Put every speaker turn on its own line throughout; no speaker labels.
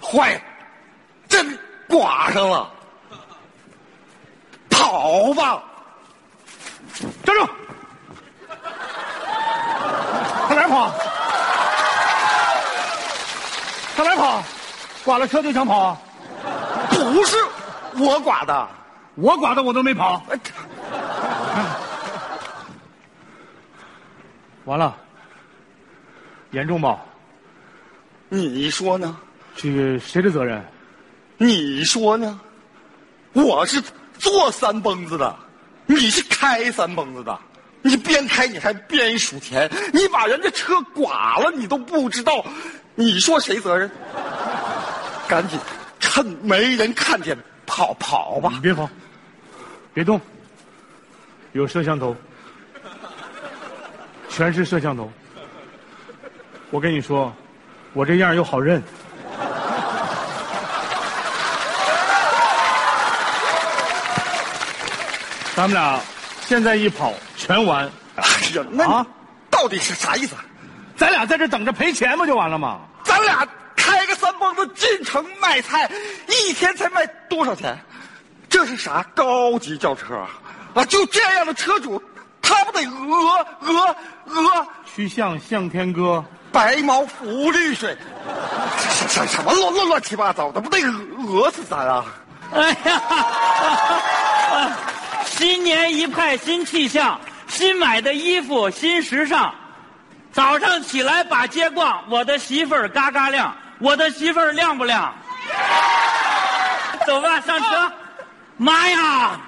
坏了，真刮上了，跑吧！
站住！上哪儿跑？上哪儿跑？剐了车就想跑啊？
不是我刮的，
我剐的我都没跑。
哎
完了，严重吧？
你说呢？
这个谁的责任？
你说呢？我是坐三蹦子的，你是开三蹦子的，你边开你还边数钱，你把人家车剐了，你都不知道，你说谁责任？赶紧，趁没人看见，跑跑吧
你！别跑，别动，有摄像头，全是摄像头。我跟你说，我这样又好 认。咱们俩现在一跑全完，
哎呀，那
啊
到底是啥意思啊？
咱俩在这等着赔钱不就完了吗？
咱俩开个三蹦子进城卖菜，一天才卖多少钱？这是啥高级轿车啊？啊，就这样的车主，他不得鹅鹅鹅
曲项向天歌，
白毛浮绿水，什什什么乱乱乱七八糟的，不得讹死咱啊？
哎呀，新年一派新气象，新买的衣服新时尚。早上起来把街逛，我的媳妇儿嘎嘎亮，我的媳妇儿亮不亮？走吧，上车。妈呀，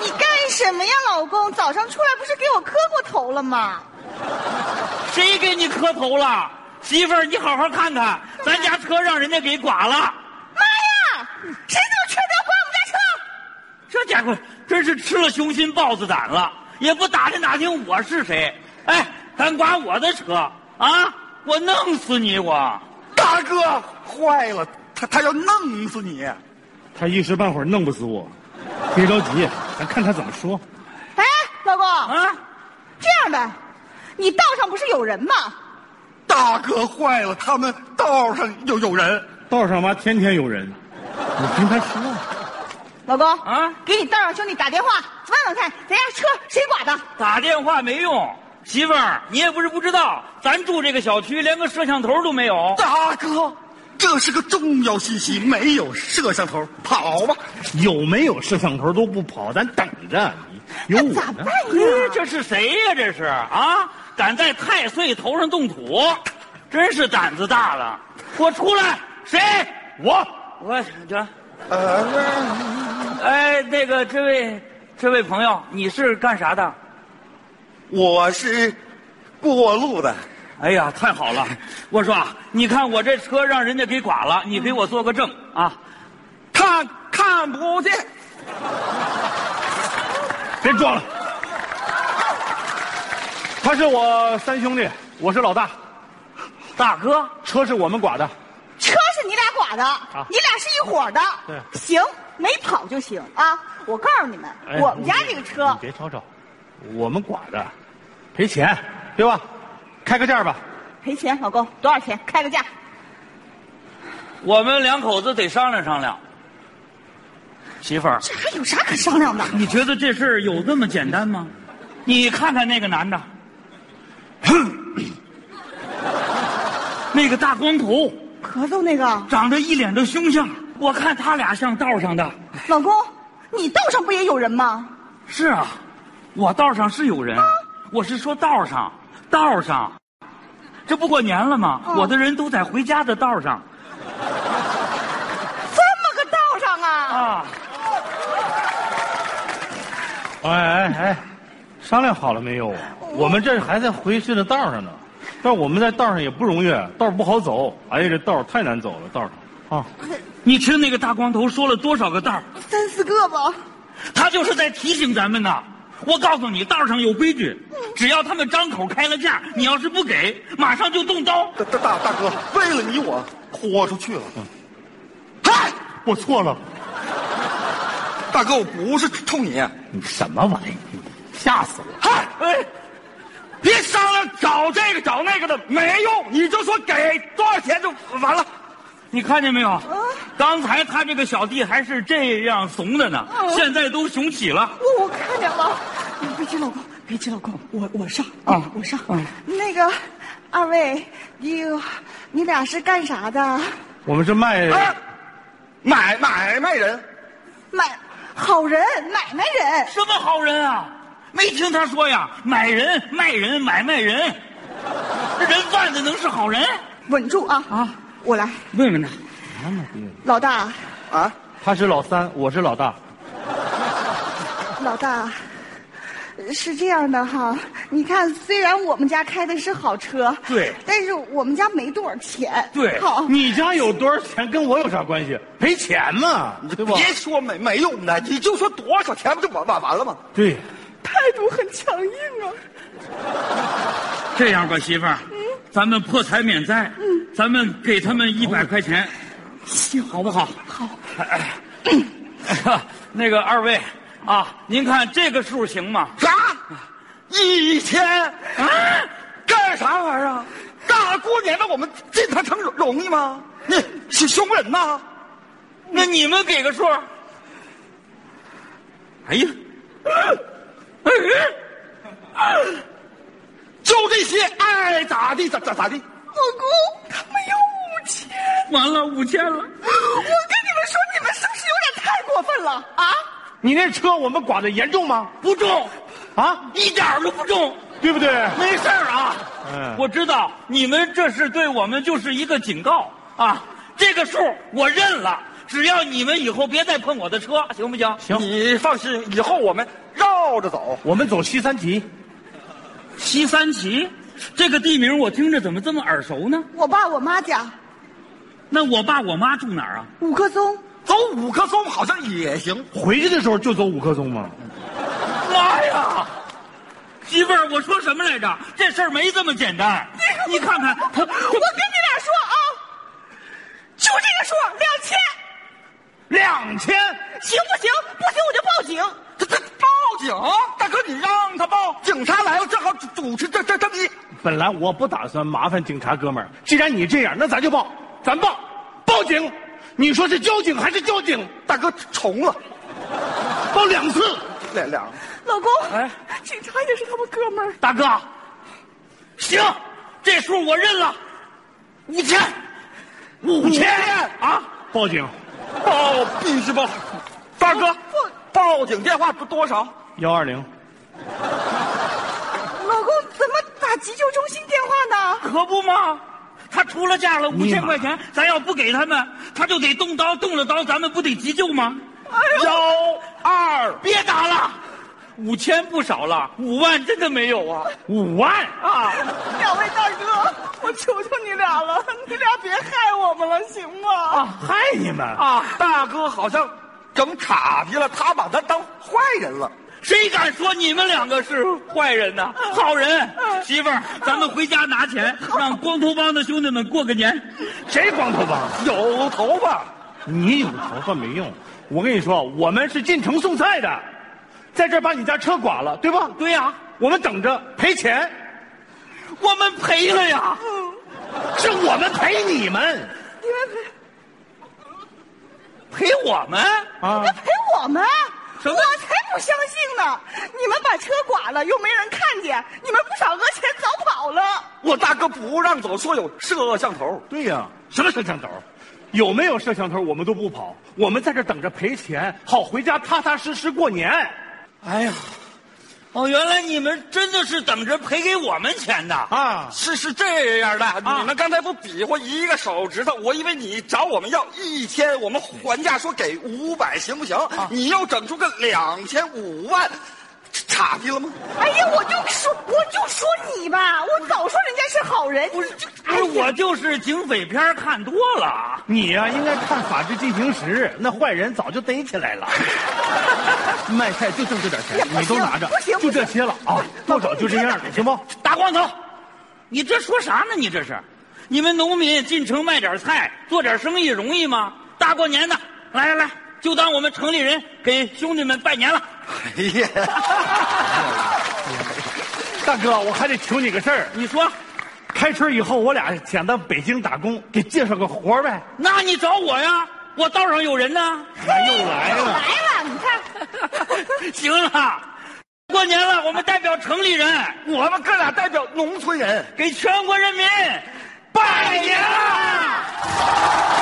你干什么呀，老公？早上出来不是给我磕过头了吗？
谁给你磕头了？媳妇儿，你好好看看，咱家车让人家给剐了。
妈呀！谁这么缺德，刮我们家车？
这家伙真是吃了雄心豹子胆了，也不打听打听我是谁。哎，敢刮我的车啊！我弄死你我！
大哥，坏了，他他要弄死你！
他一时半会儿弄不死我，别着急，咱看他怎么说。
哎，老公，
啊！
这样呗，你道上不是有人吗？
大哥，坏了，他们道上又有人。
道上吧，天天有人，你听他说。
老公
啊
给你道上兄弟打电话，问问看咱家车谁剐的。
打电话没用，媳妇儿，你也不是不知道，咱住这个小区连个摄像头都没有。
大哥，这是个重要信息，没有摄像头，跑吧！
有没有摄像头都不跑，咱等着你。有
那
我
咋
呢
办，
哎咦，
呀？
这是谁呀、这是啊，敢在太岁头上动土，真是胆子大了！给我出来！谁？
我
我这，
呃
哎，那个这位这位朋友，你是干啥的？
我是过路的，
哎呀，太好了！我说啊，你看我这车让人家给剐了，你给我做个证啊！
看看不见。
别装了。他是我三兄弟，我是老大，
大哥，
车是我们剐的。
车是你俩剐的，你俩是一伙的。
对
行，没跑就行啊！我告诉你们，
哎
我们家这个车
你别吵吵，我们剐的，赔钱对吧？开个价吧，
赔钱，老公多少钱？开个价。
我们两口子得商量商量。媳妇儿，
这还有啥可商量的？
你觉得这事儿有这么简单吗？你看看那个男的，那个大光头，
咳嗽那个
长得一脸的凶相，我看他俩像道上的。
老公，你道上不也有人吗？
是啊，我道上是有人，我是说道上，道上，这不过年了吗？
嗯
我的人都在回家的道上
这么个道上啊？
啊。
哎哎哎，商量好了没有啊？我们这还在回去的道上呢，但是我们在道上也不容易，道不好走。哎呀，这道太难走了，道上啊，
你听那个大光头说了多少个道儿
三四个吧。
他就是在提醒咱们呢。我告诉你，道上有规矩，
嗯
只要他们张口开了价，你要是不给，马上就动刀。
大大大大哥，为了你我豁出去了。嗨，
我错了。
大哥，我不是冲你。
你什么玩意儿？吓死我！
嗨，哎，别商量找这个找那个的，没用，你就说给多少钱就完了。
你看见没有
嗯？
刚才他这个小弟还是这样怂的呢，
嗯
现在都雄起了。
我我看见了，你别急，老公，别急，老公，我我上啊，我上。那个，二位，你你俩是干啥的？
我们是卖，
哎，买买卖人，
买好人，买卖人。
什么好人啊？没听他说呀，买人、卖人、买卖人，人贩子能是好人？
稳住啊
啊！
我来，
问问他，
老大，
啊，
他是老三，我是老大。
老大，是这样的哈，你看，虽然我们家开的是好车，
对
但是我们家没多少钱，
对
好，
你家有多少钱跟我有啥关系？赔钱嘛，对不？
别说没没用的，你就说多少钱不就完完完了吗？
对，
态度很强硬啊。
这样吧，媳妇儿，咱们破财免灾，咱们给他们一百块钱，嗯行，好不好？好。 那个二位啊，您看这个数行吗？
啥？一千
啊，
干啥玩意儿啊？大过年的我们进他城容易吗？你是凶人呐！
那你们给个数。哎呀，哎
就这些，爱咋地咋咋咋地。
老公，他们要五千，
完了五千了。
我跟你们说，你们是不是有点太过分了啊？
你那车我们管的严重吗？
不中，
啊，
一点儿都不中，
对不对？
没事儿啊。
嗯
我知道你们这是对我们就是一个警告啊，这个数我认了，只要你们以后别再碰我的车，行不行？
行
你放心，以后我们绕着走。
我们走西三旗，
西三旗这个地名我听着怎么这么耳熟呢？
我爸我妈家
那我爸我妈住哪儿啊？
五棵松，
走五棵松好像也行。
回去的时候就走五棵松吗？
妈呀！媳妇儿，我说什么来着？这事儿没这么简单。你看看他，
哎我跟你俩说啊，就这个数两千，
两千，
行不行？不行我就报警。
这这报警，大哥，你让他报，警察来了，正好主主持这这这你
本来我不打算麻烦警察哥们儿，既然你这样，那咱就报，咱报，报警。你说是交警还是交警？
大哥重了
报两次。
两两。
老公，
哎
警察也是他们哥们儿。
大哥，行，这数我认了，五千，五
千
啊！
报警，
报必须报，大哥
不不，
报警电话不多少？
幺二零。
老公怎么打急救中心电话呢？
可不嘛，他出了价了五
尼
千
玛
块钱，咱要不给他们，他就得动刀，动了刀，咱们不得急救吗？
幺二
别打了，五千不少了，五万真的没有啊
五万，
啊！
两位大哥，我求求你俩了，你俩别害我们了，行吗？
害你们！
啊！大哥好像整岔劈了，他把咱当坏人了。
谁敢说你们两个是坏人呢？好人，媳妇儿，咱们回家拿钱，让光头帮的兄弟们过个年。
谁光头帮？
有头发，
你有头发没用。我跟你说，我们是进城送菜的，在这儿把你家车剐了，对吧？
对呀、
我们等着赔钱，
我们赔了呀。
是我们赔你们
赔我们？
啊
那！赔我们？
什么
我才不相信呢！你们把车剐了，又没人看见，你们不少讹钱早跑了。
我大哥不让走，说有摄像头。
对呀、什么摄像头？有没有摄像头，我们都不跑，我们在这儿等着赔钱，好回家踏踏实实过年。
哎呀，哦，原来你们真的是等着赔给我们钱的啊！
啊，
是是这样的，你们刚才不比划一个手指头，我以为你找我们要一千，我们还价说给五百，行不行？你又整出个两千五万，岔劈了吗？
哎呀，我就说，我就说你吧，我早说人家是好人，不是就
不是哎我就是警匪片儿看多了，
你呀、应该看《法制进行时》，那坏人早就逮起来了。 卖菜就挣这点钱，
也哎不
你都
行
拿着
不行，不
就
行
这些了啊，多少就这样了，行不？
大光头，你这说啥呢？你这是，你们农民进城卖点菜，做点生意容易吗？大过年的，来来来，就当我们城里人给兄弟们拜年了。
哎 呀，
大哥，我还得求你个事儿。
你说，
开春以后，我俩想到北京打工，给介绍个活儿呗。
那你找我呀，我道上有人呢。
还又哎来
来
了，
吧，你看，
行了，过年了，我们代表城里人，
我们哥俩代表农村人。
给全国人民拜年了。